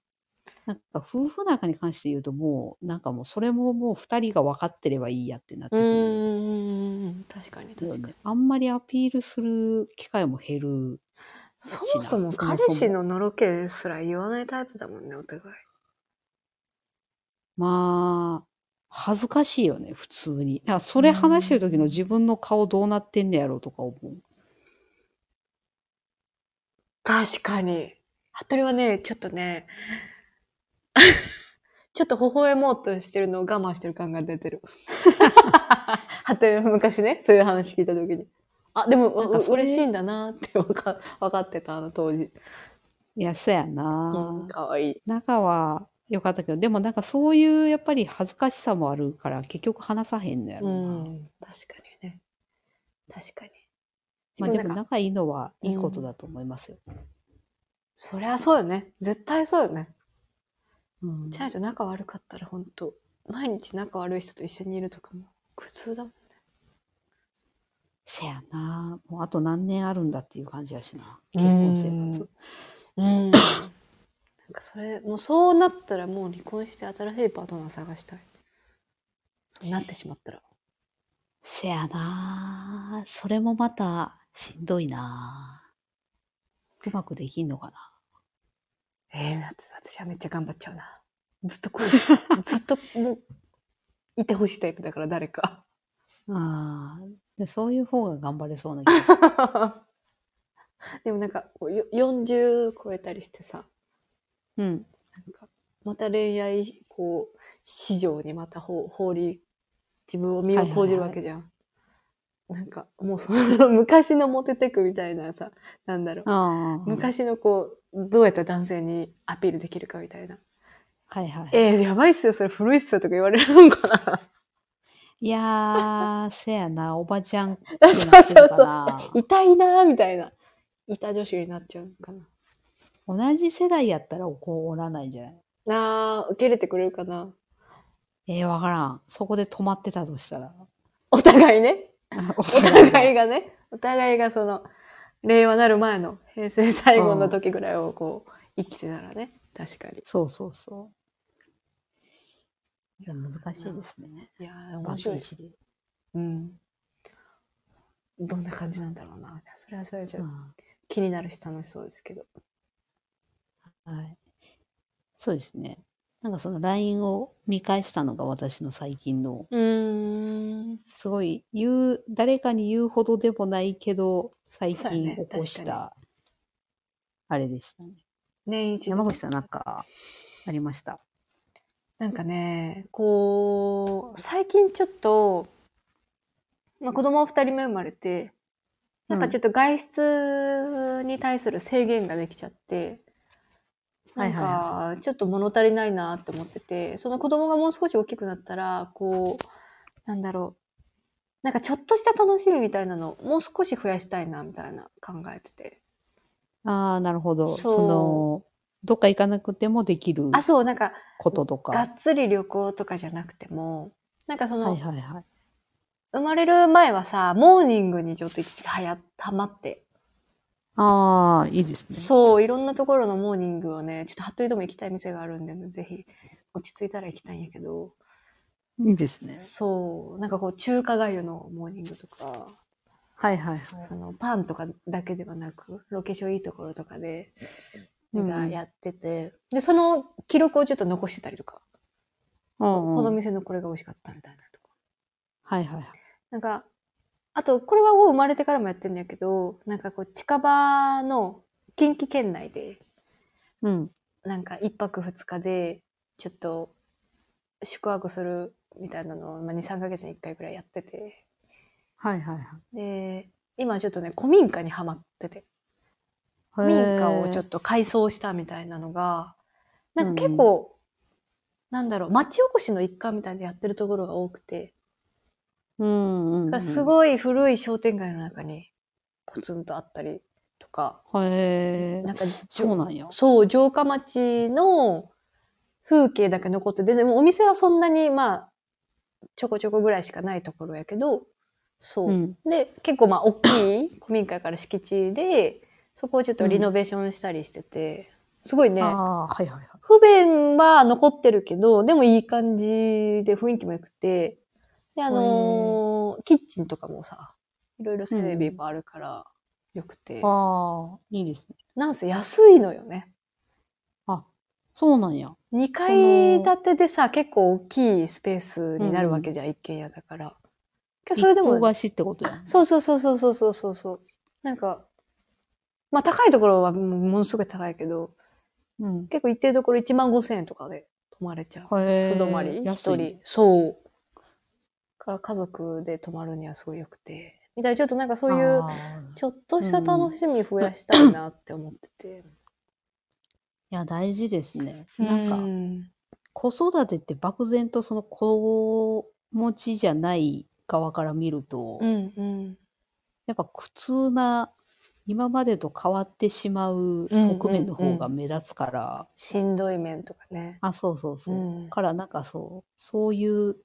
Speaker 2: なんか夫婦仲に関して言うともう、なんかもうそれももう二人が分かってればいいやってなって
Speaker 1: う
Speaker 2: くる。
Speaker 1: ーん、確かに確
Speaker 2: よ
Speaker 1: かに。
Speaker 2: ね、あんまりアピールする機会も減る
Speaker 1: そもそも彼氏ののろけですら言わないタイプだもんね、お互い。
Speaker 2: まあ、恥ずかしいよね、普通に。いや、それ話してる時の自分の顔どうなってんねやろうとか思う。
Speaker 1: 確かに。服部はね、ちょっとね、 ちょっと微笑もうとしてるのを我慢してる感が出 てる。服部は昔ね、そういう話聞いた時に。あ、でも、
Speaker 2: なん
Speaker 1: う
Speaker 2: か
Speaker 1: う
Speaker 2: それ
Speaker 1: 嬉しいんだなって分か分かってた、あの当時。
Speaker 2: いや、そうや
Speaker 1: うん
Speaker 2: な。
Speaker 1: かわいい。
Speaker 2: 仲は良かったけど、でもなんかそういうやっぱり恥ずかしさもあるから、結局話さへんのや
Speaker 1: う
Speaker 2: ろうな。
Speaker 1: ん、確かにね。確かに。
Speaker 2: まあ
Speaker 1: し
Speaker 2: で
Speaker 1: かもな
Speaker 2: も
Speaker 1: んか
Speaker 2: 仲いいのはいいことだと思いますよ。
Speaker 1: そりゃそうよね。絶対そうよね。
Speaker 2: うん、
Speaker 1: チャイと仲悪かったら本当毎日仲悪い人と一緒にいるとかも苦痛だもん。
Speaker 2: せやなもうあと何年あるんだっていう感じやしな結婚生活
Speaker 1: うん。なんかそれ、もうそうなったらもう離婚して新しいパートナー探したい。そうなってしまったら。
Speaker 2: せやなそれもまたしんどいなうまくできんのかな
Speaker 1: ええ私はめっちゃ頑張っちゃうな。ずっとこう、 ずっともう、いてほしいタイプだから誰か。
Speaker 2: あーでそういう方が頑張れそうな気 がする
Speaker 1: でもなんか、こうよ40超えたりしてさ、
Speaker 2: うん
Speaker 1: なんかまた恋愛、こう、市場にまた放放り、自分を身を投じるわけじゃん。なんか、もうその昔のモテテクみたいなさ、なんだろう。
Speaker 2: あー
Speaker 1: 昔のこう、どうやったら男性にアピールできるかみたいな。
Speaker 2: はいはい
Speaker 1: えー、やばいっすよ、それ古いっすよとか言われるのか な。
Speaker 2: いやーせやなおばちゃんってなってる
Speaker 1: そ
Speaker 2: か
Speaker 1: う そうそう
Speaker 2: な。
Speaker 1: 痛いなーみたいな。痛女子になっちゃうのかな。
Speaker 2: 同じ世代やったら怒らないんじゃない
Speaker 1: なあ、受け入れてくれるかな。
Speaker 2: えー、わからん。そこで止まってたとしたら。
Speaker 1: お互いね。
Speaker 2: お
Speaker 1: お互
Speaker 2: が
Speaker 1: いがね。お互いがその、令和なる前の平成最後の時ぐらいをこう、生きてたらね。確かに。
Speaker 2: そうそうそう。いや、難しいですね。
Speaker 1: いやー、面白い。
Speaker 2: バツイチで
Speaker 1: うん。どんな感じなんだろうな。それはそれじゃ
Speaker 2: うん
Speaker 1: 気になるし楽しそうですけど。
Speaker 2: はい。そうですね。なんかその LINE を見返したのが私の最近の、
Speaker 1: うーん。
Speaker 2: すごい言う、誰かに言うほどでもないけど、最
Speaker 1: そうや
Speaker 2: 近
Speaker 1: ね
Speaker 2: 起こし
Speaker 1: 確
Speaker 2: た、あれでしたね。
Speaker 1: 年一度
Speaker 2: 山口さんなんか、ありました。
Speaker 1: なんかね、こう、最近ちょっと、まあ、子供2人目生まれて、やっぱちょっと外出に対する制限ができちゃって、
Speaker 2: は
Speaker 1: ないん
Speaker 2: はいは
Speaker 1: か、ちょっと物足りないなって思ってて、その子供がもう少し大きくなったら、こう、なんだろう、なんかちょっとした楽しみみたいなの、もう少し増やしたいな、みたいな考えてて。
Speaker 2: ああ、なるほど。
Speaker 1: そう
Speaker 2: その、どっか行かなくてもできる
Speaker 1: あ、そう、なんか、
Speaker 2: こととか。
Speaker 1: がっつり旅行とかじゃなくても、なんかその、
Speaker 2: はいはいはい。
Speaker 1: 生まれる前はさ、モーニングにちょっと一時期はや、はまって。
Speaker 2: ああ、いいですね。
Speaker 1: そう、いろんなところのモーニングをね、ちょっと服部でも行きたい店があるんで、ね、ぜひ、落ち着いたら行きたいんやけど、
Speaker 2: いいですね。
Speaker 1: そう、なんかこう、中華粥のモーニングとか、
Speaker 2: はいはいはい。
Speaker 1: その、パンとかだけではなく、ロケーションいいところとかで、
Speaker 2: うん
Speaker 1: なんかやってて、で、その記録をちょっと残してたりとか、
Speaker 2: うんう
Speaker 1: この
Speaker 2: ん
Speaker 1: 店のこれが美味しかったみたいなとか。
Speaker 2: はいはいはい。
Speaker 1: なんか、あと、これはもう生まれてからもやってんだけど、なんかこう、近場の近畿圏内で、
Speaker 2: うん。
Speaker 1: なんか一泊二日で、ちょっと、宿泊するみたいなのを、まあ、2、3ヶ月に一回ぐらいやってて。
Speaker 2: はいはい
Speaker 1: で、今ちょっとね、古民家にはまってて、
Speaker 2: はい。
Speaker 1: 古民家をちょっ
Speaker 2: と。
Speaker 1: と改装したみたいなのが、なんか
Speaker 2: うん
Speaker 1: 結構、なんだろう、町おこしの一環みたいでやってるところが多くて、
Speaker 2: うんうん、うん。
Speaker 1: すごい古い商店街の中にポツンとあったりとか、
Speaker 2: い。へえ。
Speaker 1: なんかじょ
Speaker 2: そうなんや。
Speaker 1: そう、城下町の風景だけ残ってて、でもお店はそんなに、まあ、ちょこちょこぐらいしかないところやけど、そう。
Speaker 2: うん。
Speaker 1: で、結構まあ、大きい古民家やから敷地で、そこをちょっとリノベーションしたりしてて、すごいね、
Speaker 2: ああー、はいはいはい。
Speaker 1: 不便は残ってるけど、でもいい感じで雰囲気も良くて、で、あのーキッチンとかもさ、いろいろ整備もあるから良くて、
Speaker 2: ああ、いいですね。
Speaker 1: なんせ安いのよね。
Speaker 2: そうなんや。
Speaker 1: 2階建てでさ、結構大きいスペースになるわけじゃん、一軒家だから。けどそれで
Speaker 2: 一棟
Speaker 1: も、
Speaker 2: 貸しってことやん。
Speaker 1: そうそうそうそうそうそうそうそう。なんか、まあ高いところはもうものすごい高いけど、
Speaker 2: うん。
Speaker 1: 結構行ってるところ1万5千円とかで泊まれちゃう。
Speaker 2: へえ
Speaker 1: 素泊まり一
Speaker 2: 安い
Speaker 1: 人。そう。から家族で泊まるにはすごい良くて。みたいな、ちょっとなんかそういう
Speaker 2: あ、ー
Speaker 1: ちょっとした楽しみ増やしたいなって思ってて。
Speaker 2: いや、大事ですね。なんか
Speaker 1: う、ん
Speaker 2: 子育てって漠然とその子持ちじゃない側から見ると、
Speaker 1: うんうん。
Speaker 2: やっぱ苦痛な今までと変わってしまう側面の方が目立つから、
Speaker 1: しんどい面とかね。
Speaker 2: あそうそうそう、
Speaker 1: うん
Speaker 2: からなんかそうそういう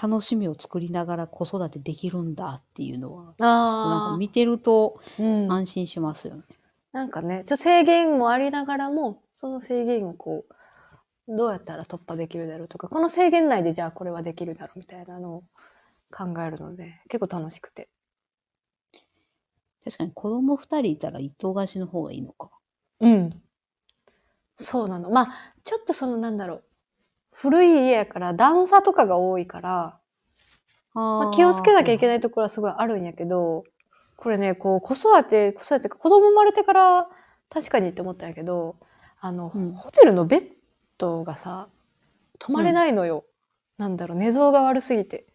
Speaker 2: 楽しみを作りながら子育てできるんだっていうのはなん
Speaker 1: あ
Speaker 2: か
Speaker 1: あ、
Speaker 2: 見てると
Speaker 1: うん
Speaker 2: 安心しますよね。
Speaker 1: なんかね、ちょっと制限もありながらも、その制限をこう、どうやったら突破できるだろうとか、この制限内でじゃあこれはできるだろうみたいなのを考えるので、結構楽しくて。
Speaker 2: 確かに子供二人いたら一頭貸しの方がいいのか。
Speaker 1: うん。そうなの。まあ、ちょっとそのなんだろう。古い家やから段差とかが多いから、まあ、気をつけなきゃいけ
Speaker 2: ない。
Speaker 1: ないところはすごいあるんやけど、これね、こう、子育て、子育てか、子供生まれてから確かにって思ったんやけど、あの、
Speaker 2: うん
Speaker 1: ホテルのベッドがさ、泊まれないのよ。なんだろう、寝相が悪すぎて。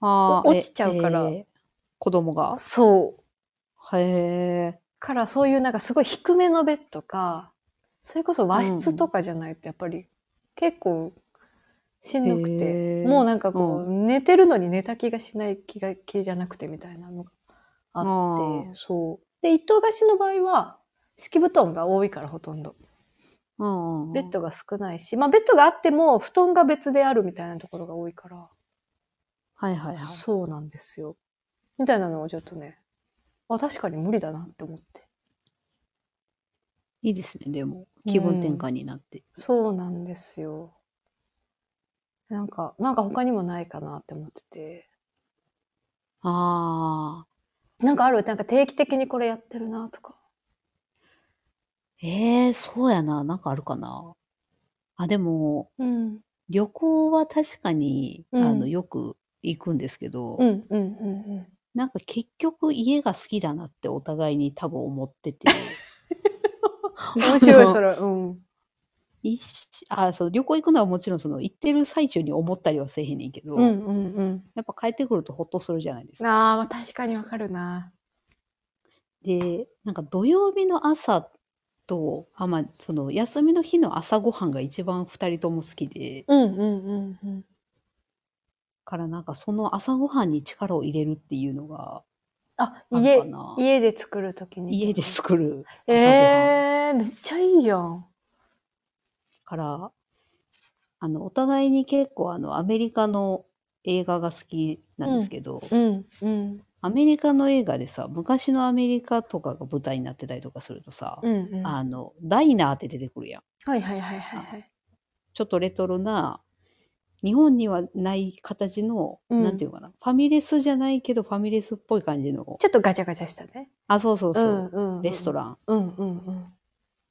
Speaker 2: あー
Speaker 1: 落ちちゃうから
Speaker 2: えー子供が。
Speaker 1: そう。
Speaker 2: へえ。
Speaker 1: から、そういうなんかすごい低めのベッドか、それこそ和室とかじゃないと、やっぱり結構しんどくて。
Speaker 2: へー
Speaker 1: もうなんかこう、寝てるのに寝た気がしない気が気じゃなくてみたいなのがあって
Speaker 2: あー
Speaker 1: そうで一棟貸しの場合は敷布団が多いからほとんど
Speaker 2: うんうんうん
Speaker 1: ベッドが少ないし、まあベッドがあっても布団が別であるみたいなところが多いから、
Speaker 2: はいはいはい。
Speaker 1: そうなんですよみたいなのをちょっとねあ確かに無理だなって思って
Speaker 2: いいですね、でも。気分転換になって。
Speaker 1: そうなんですよなんかなんか他にもないかなって思ってて
Speaker 2: ああ。
Speaker 1: なんかあるなんか定期的にこれやってるなとか
Speaker 2: ええー、そうやな。なんかあるかな。あ、でも、
Speaker 1: うん
Speaker 2: 旅行は確かに、
Speaker 1: うん
Speaker 2: あの、よく行くんですけど、
Speaker 1: うんうんうん うん
Speaker 2: なんか結局家が好きだなってお互いに多分思って て。
Speaker 1: 面白い
Speaker 2: あの
Speaker 1: それ。うん。
Speaker 2: 一緒あそう旅行行くのはもちろんその行ってる最中に思ったりはせえへんねんけど、
Speaker 1: うんうん
Speaker 2: やっぱ帰ってくるとほっとするじゃないです
Speaker 1: うん。
Speaker 2: か。
Speaker 1: ああ、確かにわかるな。
Speaker 2: でなんか土曜日の朝とあ、まあ、その休みの日の朝ごはんが一番2人とも好きで
Speaker 1: うんうんうんうん。
Speaker 2: からなんかその朝ごはんに力を入れるっていうのが
Speaker 1: あ、
Speaker 2: ある
Speaker 1: 家
Speaker 2: か、な
Speaker 1: 家で作るときに。
Speaker 2: 家で。作る
Speaker 1: ええー、めっちゃいいやん。
Speaker 2: からあのお互いに結構あのアメリカの映画が好きなんですけど、
Speaker 1: うんうん
Speaker 2: アメリカの映画でさ昔のアメリカとかが舞台になってたりとかするとさ、
Speaker 1: うんうん。は
Speaker 2: あのダイナーって出てくるやん
Speaker 1: いはいはいはいはい。
Speaker 2: ちょっとレトロな日本にはない形の、
Speaker 1: うん
Speaker 2: なんていうかなファミレスじゃないけどファミレスっぽい感じの
Speaker 1: ちょっとガチャガチャしたね。
Speaker 2: あそうそうそう、
Speaker 1: うんうん。
Speaker 2: レスト
Speaker 1: ン。
Speaker 2: ラン
Speaker 1: うんうんうん。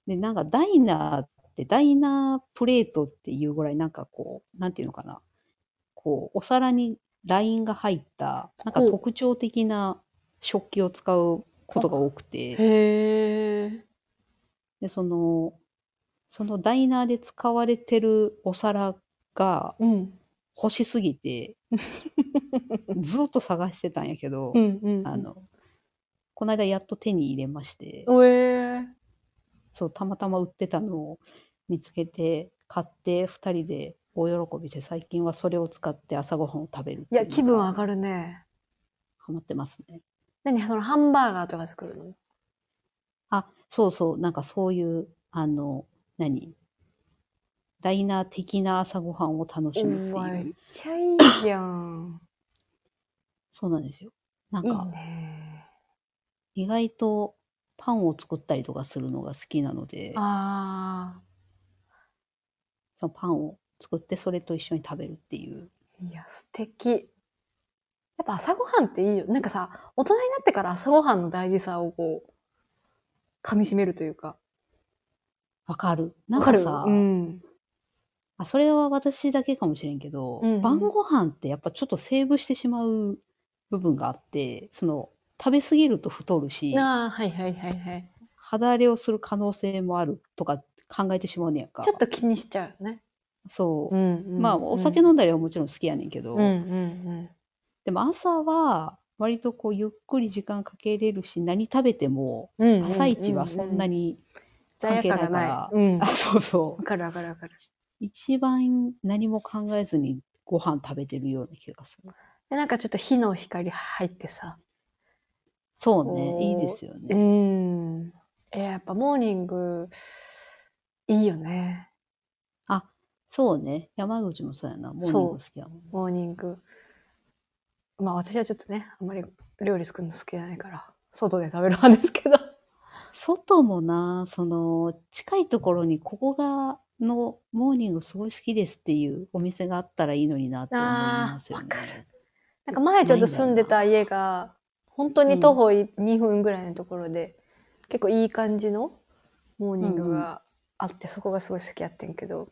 Speaker 2: でなんかダイナーってダイナープレートっていうぐらいなんかこうなんていうのかなこうお皿にラインが入ったなんか
Speaker 1: ほう
Speaker 2: 特徴的な食器を使うことが多くて。
Speaker 1: へえ。
Speaker 2: で、その、そのダイナーで使われてるお皿が
Speaker 1: うん。
Speaker 2: 欲しすぎて、 ずっと探してたんやけど
Speaker 1: う、んうん。
Speaker 2: あ。の、この間やっと手に入れまして、
Speaker 1: うえー。
Speaker 2: そう、たまたま売ってたのを見つけて、買って、二人で大喜びで、最近はそれを使って朝ごはんを食べるって
Speaker 1: い
Speaker 2: いう
Speaker 1: や、気分上がるね。
Speaker 2: ハマってますね。
Speaker 1: 何そのハンバーガーとか作るの
Speaker 2: あ、そうそう、なんかそういう、あの、何ダイナー的な朝ごはんを楽しむっていうう。
Speaker 1: わ、めっちゃいいやん。
Speaker 2: そうなんですよ。なん
Speaker 1: いい
Speaker 2: か
Speaker 1: ね。
Speaker 2: 意外とパンを作ったりとかするのが好きなので、
Speaker 1: ああ。
Speaker 2: そのパンを作ってそれと一緒に食べるっていう。
Speaker 1: いや、素敵。やっぱ朝ごはんっていいよ。なんかさ、大人になってから朝ごはんの大事さをこう、噛み締めるというか。
Speaker 2: わかる。なん
Speaker 1: わか
Speaker 2: か
Speaker 1: る
Speaker 2: さ、
Speaker 1: うん。
Speaker 2: あそれは私だけかもしれんけど、
Speaker 1: うんうん
Speaker 2: 晩ご飯ってやっぱちょっとセーブしてしまう部分があって、その食べ過ぎると太るし、
Speaker 1: ああ、はいはいはいはい。
Speaker 2: 肌荒れをする可能性もあるとか考えてしまうねやんか。
Speaker 1: ちょっと気にしちゃうね。
Speaker 2: そう。
Speaker 1: ん、
Speaker 2: まあ、お酒飲んだりはもちろん好きやねんけど、
Speaker 1: うんうん
Speaker 2: でも朝は割とこうゆっくり時間かけれるし何食べても
Speaker 1: うん。うん
Speaker 2: 朝一はそんな
Speaker 1: に
Speaker 2: に、
Speaker 1: 罪悪感がな
Speaker 2: 関
Speaker 1: い。うん。
Speaker 2: あ
Speaker 1: わ
Speaker 2: そうそう
Speaker 1: かるわかるわかる。
Speaker 2: 一番何も考えずにご飯食べてるような気がする
Speaker 1: で、なんかちょっと火の光入ってさ、
Speaker 2: そうね、いい
Speaker 1: おー
Speaker 2: ですよ
Speaker 1: う
Speaker 2: ね。
Speaker 1: ん。え、やっぱモーニング、いいよね。
Speaker 2: そうね、山口もそうやな、モーニング
Speaker 1: そう
Speaker 2: 好きやもんね。
Speaker 1: モーニング。まあ私はちょっとね、あんまり料理作るの好きじゃないから、外で食べる派ですけど。
Speaker 2: 外もな、その、近いところにここが、のモーニングすごい好きですっていうお店があったらいいのになって思いますよね。
Speaker 1: あーわかなんか前ちょっと住んでた家が、本当に徒歩い2分ぐらいのところで、結構いい感じのモーニングがあって、そこがすごい好きやってんけど、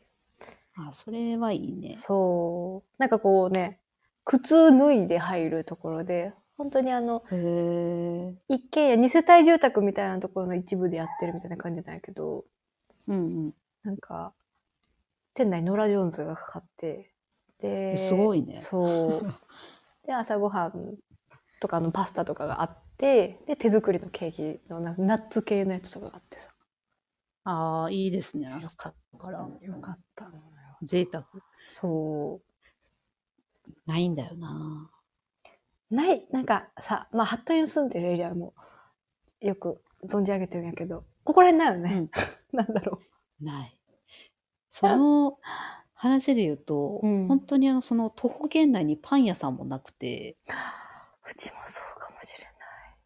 Speaker 2: あ、それはいいね。
Speaker 1: そう。なんかこうね、靴脱いで入るところで、本当にあの、
Speaker 2: へえ。
Speaker 1: 一軒家、二世帯住宅みたいなところの一部でやってるみたいな感じなんやけど、
Speaker 2: うん
Speaker 1: なんか、店内ノラ・ジョーンズがかかって、で、
Speaker 2: すごいね
Speaker 1: そう。で、朝ごはんとかのパスタとかがあって、で、手作りのケーキのナナッツ系のやつとかがあってさ。
Speaker 2: うん。ああ、いいですね。
Speaker 1: よかっ
Speaker 2: だから、
Speaker 1: た。よかったのよ。
Speaker 2: 贅沢。
Speaker 1: そう。
Speaker 2: ないんだよな。
Speaker 1: ない、なんかさ、まあ、服部の住んでるエリアもよく存じ上げてるんやけど、ここら辺だよね。 なんだろ
Speaker 2: ない。その話で言うと、
Speaker 1: うん
Speaker 2: 本当にあの、その徒歩圏内にパン屋さんもなくて、
Speaker 1: う。うちもそうかもしれない。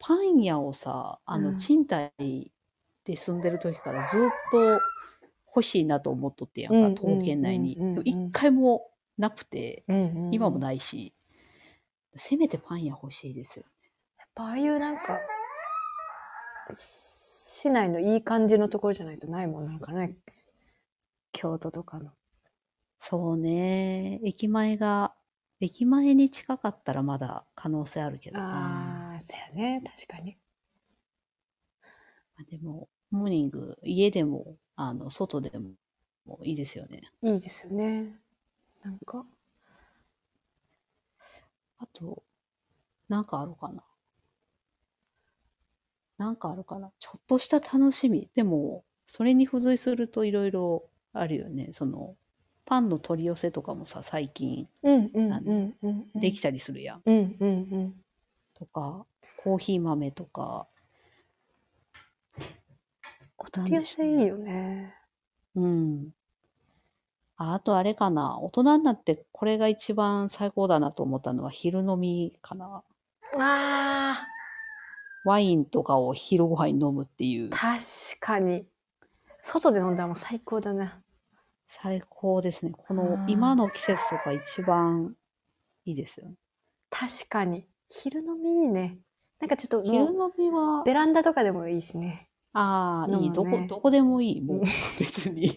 Speaker 2: パン屋をさ、あ
Speaker 1: う
Speaker 2: の、
Speaker 1: ん
Speaker 2: 賃貸で住んでる時からずっと欲しいなと思っとってやん
Speaker 1: うん
Speaker 2: か、
Speaker 1: うん
Speaker 2: 徒歩圏内に。
Speaker 1: うんうんうん
Speaker 2: でも一回もなくて、今も
Speaker 1: い。
Speaker 2: ないし、せめてパン屋欲しいですよ。
Speaker 1: やっぱああいうなんか、し市内のいい感じのところじゃないとないもんなんかね。京都とかの。
Speaker 2: そうね。駅前が、駅前に近かったらまだ可能性あるけどな。
Speaker 1: ああ、そうやね。確かに。
Speaker 2: まあでも、モーニング、家でも、あの、外でも、もういいですよね。
Speaker 1: いいですよね。なんか、
Speaker 2: あと、なんかあるかな。なんかあるかな。ちょっとした楽しみ。でも、それに付随するといろいろあるよね。その、パンの取り寄せとかもさ、最近
Speaker 1: うんうん
Speaker 2: あ
Speaker 1: うんうんうん。
Speaker 2: できたりするやん。
Speaker 1: うんうんうん。
Speaker 2: とか、コーヒー豆とか。
Speaker 1: お取り寄せいいよね。
Speaker 2: うん。ああとあれかな。大人になってこれが一番最高だなと思ったのは昼飲みかな。
Speaker 1: ああ、
Speaker 2: ワインとかを昼ご飯に飲むっていう。
Speaker 1: 確かに。外で飲んだらもう最高だね。
Speaker 2: 最高ですね。こ
Speaker 1: あ
Speaker 2: の
Speaker 1: ー
Speaker 2: 今の季節とか一番いいですよね。
Speaker 1: 確かに。昼飲みいいね。なんかちょっと
Speaker 2: 昼
Speaker 1: もう
Speaker 2: 飲みは、
Speaker 1: ベランダとかでもいいしね。
Speaker 2: ああ、い
Speaker 1: 飲
Speaker 2: い。
Speaker 1: む
Speaker 2: どこ
Speaker 1: ね、
Speaker 2: どこでもいい。も
Speaker 1: う
Speaker 2: うん 別に。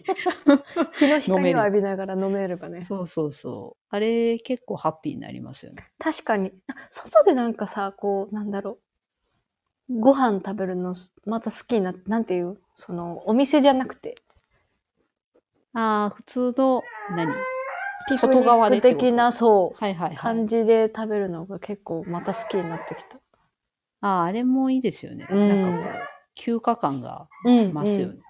Speaker 1: 日の
Speaker 2: 飲
Speaker 1: 光
Speaker 2: める
Speaker 1: を浴びながら飲めればね。
Speaker 2: そうそうそう。あれ結構ハッピーになりますよね。
Speaker 1: 確かに。あ外でなんかさ、こう、なんだろう。ご飯食べるの、また好きにな、なんていう、その、お店じゃなくて、
Speaker 2: ああ、普通の、何
Speaker 1: ピクニ
Speaker 2: 外側で
Speaker 1: ッ
Speaker 2: っ
Speaker 1: ク
Speaker 2: てこと
Speaker 1: 的な、そう、
Speaker 2: はいはいはい。
Speaker 1: 感じで食べるのが結構また好きになってきた。
Speaker 2: ああ、あれもいいですよね。
Speaker 1: うん
Speaker 2: なんかこう、休暇感が
Speaker 1: うん
Speaker 2: ますよね。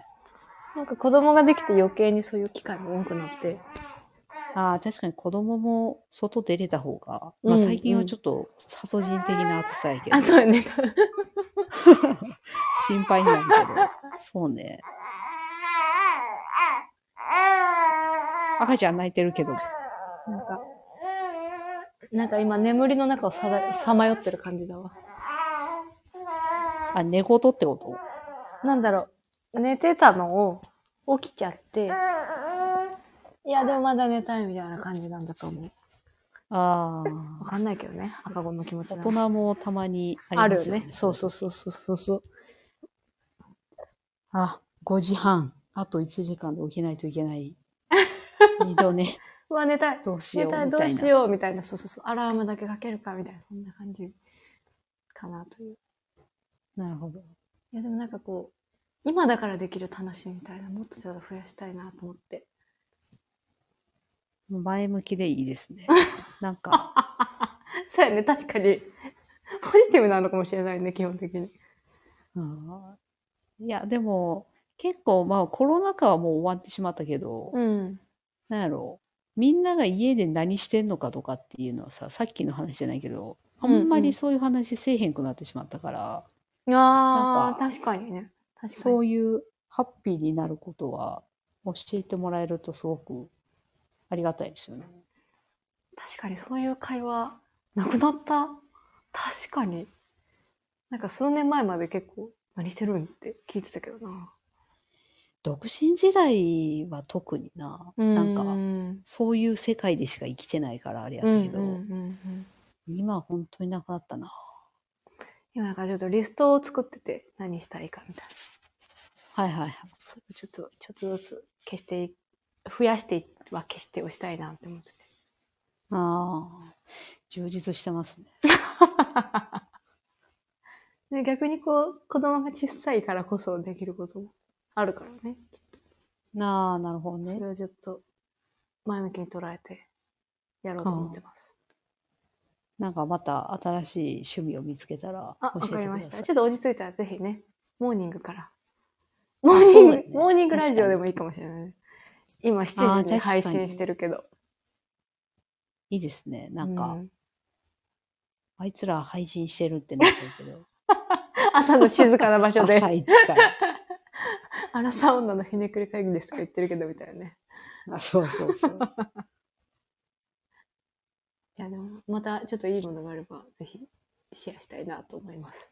Speaker 1: なんか子供ができて余計にそういう機会も多くなって。
Speaker 2: ああ、確かに子供も外出れた方が、
Speaker 1: う
Speaker 2: まあ
Speaker 1: ん
Speaker 2: 最近はちょっと殺人的な暑さやけど、
Speaker 1: あ、そうよね。
Speaker 2: 心配になるけど、そうね。赤ちゃん泣いてるけど、
Speaker 1: なんか、なんか今眠りの中をさださまよってる感じだわ。
Speaker 2: あ、寝言ってこと
Speaker 1: なんだろう、寝てたのを起きちゃって、いや、でもまだ寝たいみたいな感じなんだと思う。
Speaker 2: あ
Speaker 1: わかんないけどね、赤子の気持ち
Speaker 2: あ、
Speaker 1: な
Speaker 2: 大
Speaker 1: んて
Speaker 2: 人もたまにあ
Speaker 1: あ
Speaker 2: り
Speaker 1: るよ
Speaker 2: ますよ
Speaker 1: ね。そうそうそうそうそうそう。
Speaker 2: あ、5時半。あと1時間で起きないといけ ない。二度ね、
Speaker 1: うわ、寝たい。
Speaker 2: どうし
Speaker 1: 寝
Speaker 2: よう
Speaker 1: たい、
Speaker 2: み
Speaker 1: ど
Speaker 2: た
Speaker 1: う
Speaker 2: い
Speaker 1: し
Speaker 2: な。
Speaker 1: ようみたいな。そうそうそう。アラームだけかけるかみたいな、そんな感じかなという。
Speaker 2: なるほど。
Speaker 1: いや、でもなんかこう、今だからできる楽しみみたいな、もっとちょっと増やしたいなと思って。
Speaker 2: 前向きでいいです ね。なんか、
Speaker 1: そうやね、確かに。ポジティブなのかもしれないね、基本的に。
Speaker 2: あーいや、でも、結構、まあ、コロナ禍はもう終わってしまったけど、
Speaker 1: うん。
Speaker 2: なんやろう、みんなが家で何してんのかとかっていうのはさ、さっきの話じゃないけど、あんま
Speaker 1: うんう
Speaker 2: り
Speaker 1: ん
Speaker 2: そういう話せえへんくなってしまったから、
Speaker 1: ああ、
Speaker 2: なん
Speaker 1: 確かにね。確か
Speaker 2: そ
Speaker 1: に。
Speaker 2: ういうハッピーになることは教えてもらえるとすごくありがたいですよね。
Speaker 1: 確かにそういう会話、なくなった。確かに。なんか数年前まで結構、何してるんって聞いてたけどな。
Speaker 2: 独身時代は特にな、なん
Speaker 1: う
Speaker 2: か
Speaker 1: ん
Speaker 2: そういう世界でしか生きてないからあれやっ
Speaker 1: う
Speaker 2: た
Speaker 1: ん
Speaker 2: けど、
Speaker 1: うんうんうん
Speaker 2: 今は本当になくなったな。
Speaker 1: 今なんかちょっとリストを作ってて何したいかみたいな。
Speaker 2: はいはいはい。
Speaker 1: それをちょっと、ちょっとずつ消してい、増やしては消しておしたいなって思 ってて。
Speaker 2: ああ、充実してますね。
Speaker 1: で逆にこう、子供が小さいからこそできることもあるからね。
Speaker 2: なあ、なるほどね
Speaker 1: そ。れをちょっと前向きに捉えてやろうと思ってます。
Speaker 2: なんかまた新しい趣味を見つけたら
Speaker 1: あ、わ
Speaker 2: 教えてくだ
Speaker 1: か
Speaker 2: さい。
Speaker 1: りました。ちょっと落ち着いたらぜひね、モーニングから。
Speaker 2: あ
Speaker 1: モーニング、
Speaker 2: そうだね
Speaker 1: モーニングラジオでもいいかもしれないね。今7時に
Speaker 2: 確かに
Speaker 1: 配信してるけど。
Speaker 2: いいですね。なんか、
Speaker 1: う
Speaker 2: あいつら配信してるってなっちゃうけ ど、
Speaker 1: 朝の静かな場所で
Speaker 2: 朝、一から。
Speaker 1: アラサ女のひねくり会議ですとか言ってるけどみたいなね。
Speaker 2: あそうそうそう。
Speaker 1: いや、でも、またちょっといいものがあれば、ぜひシェアしたいなと思います。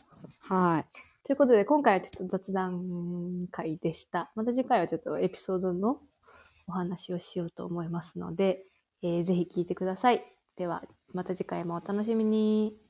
Speaker 2: はい。
Speaker 1: ということで、今回はちょっと雑談会でした。また次回はちょっとエピソードのお話をしようと思いますので、えーぜひ聞いてください。では、また次回もお楽しみに。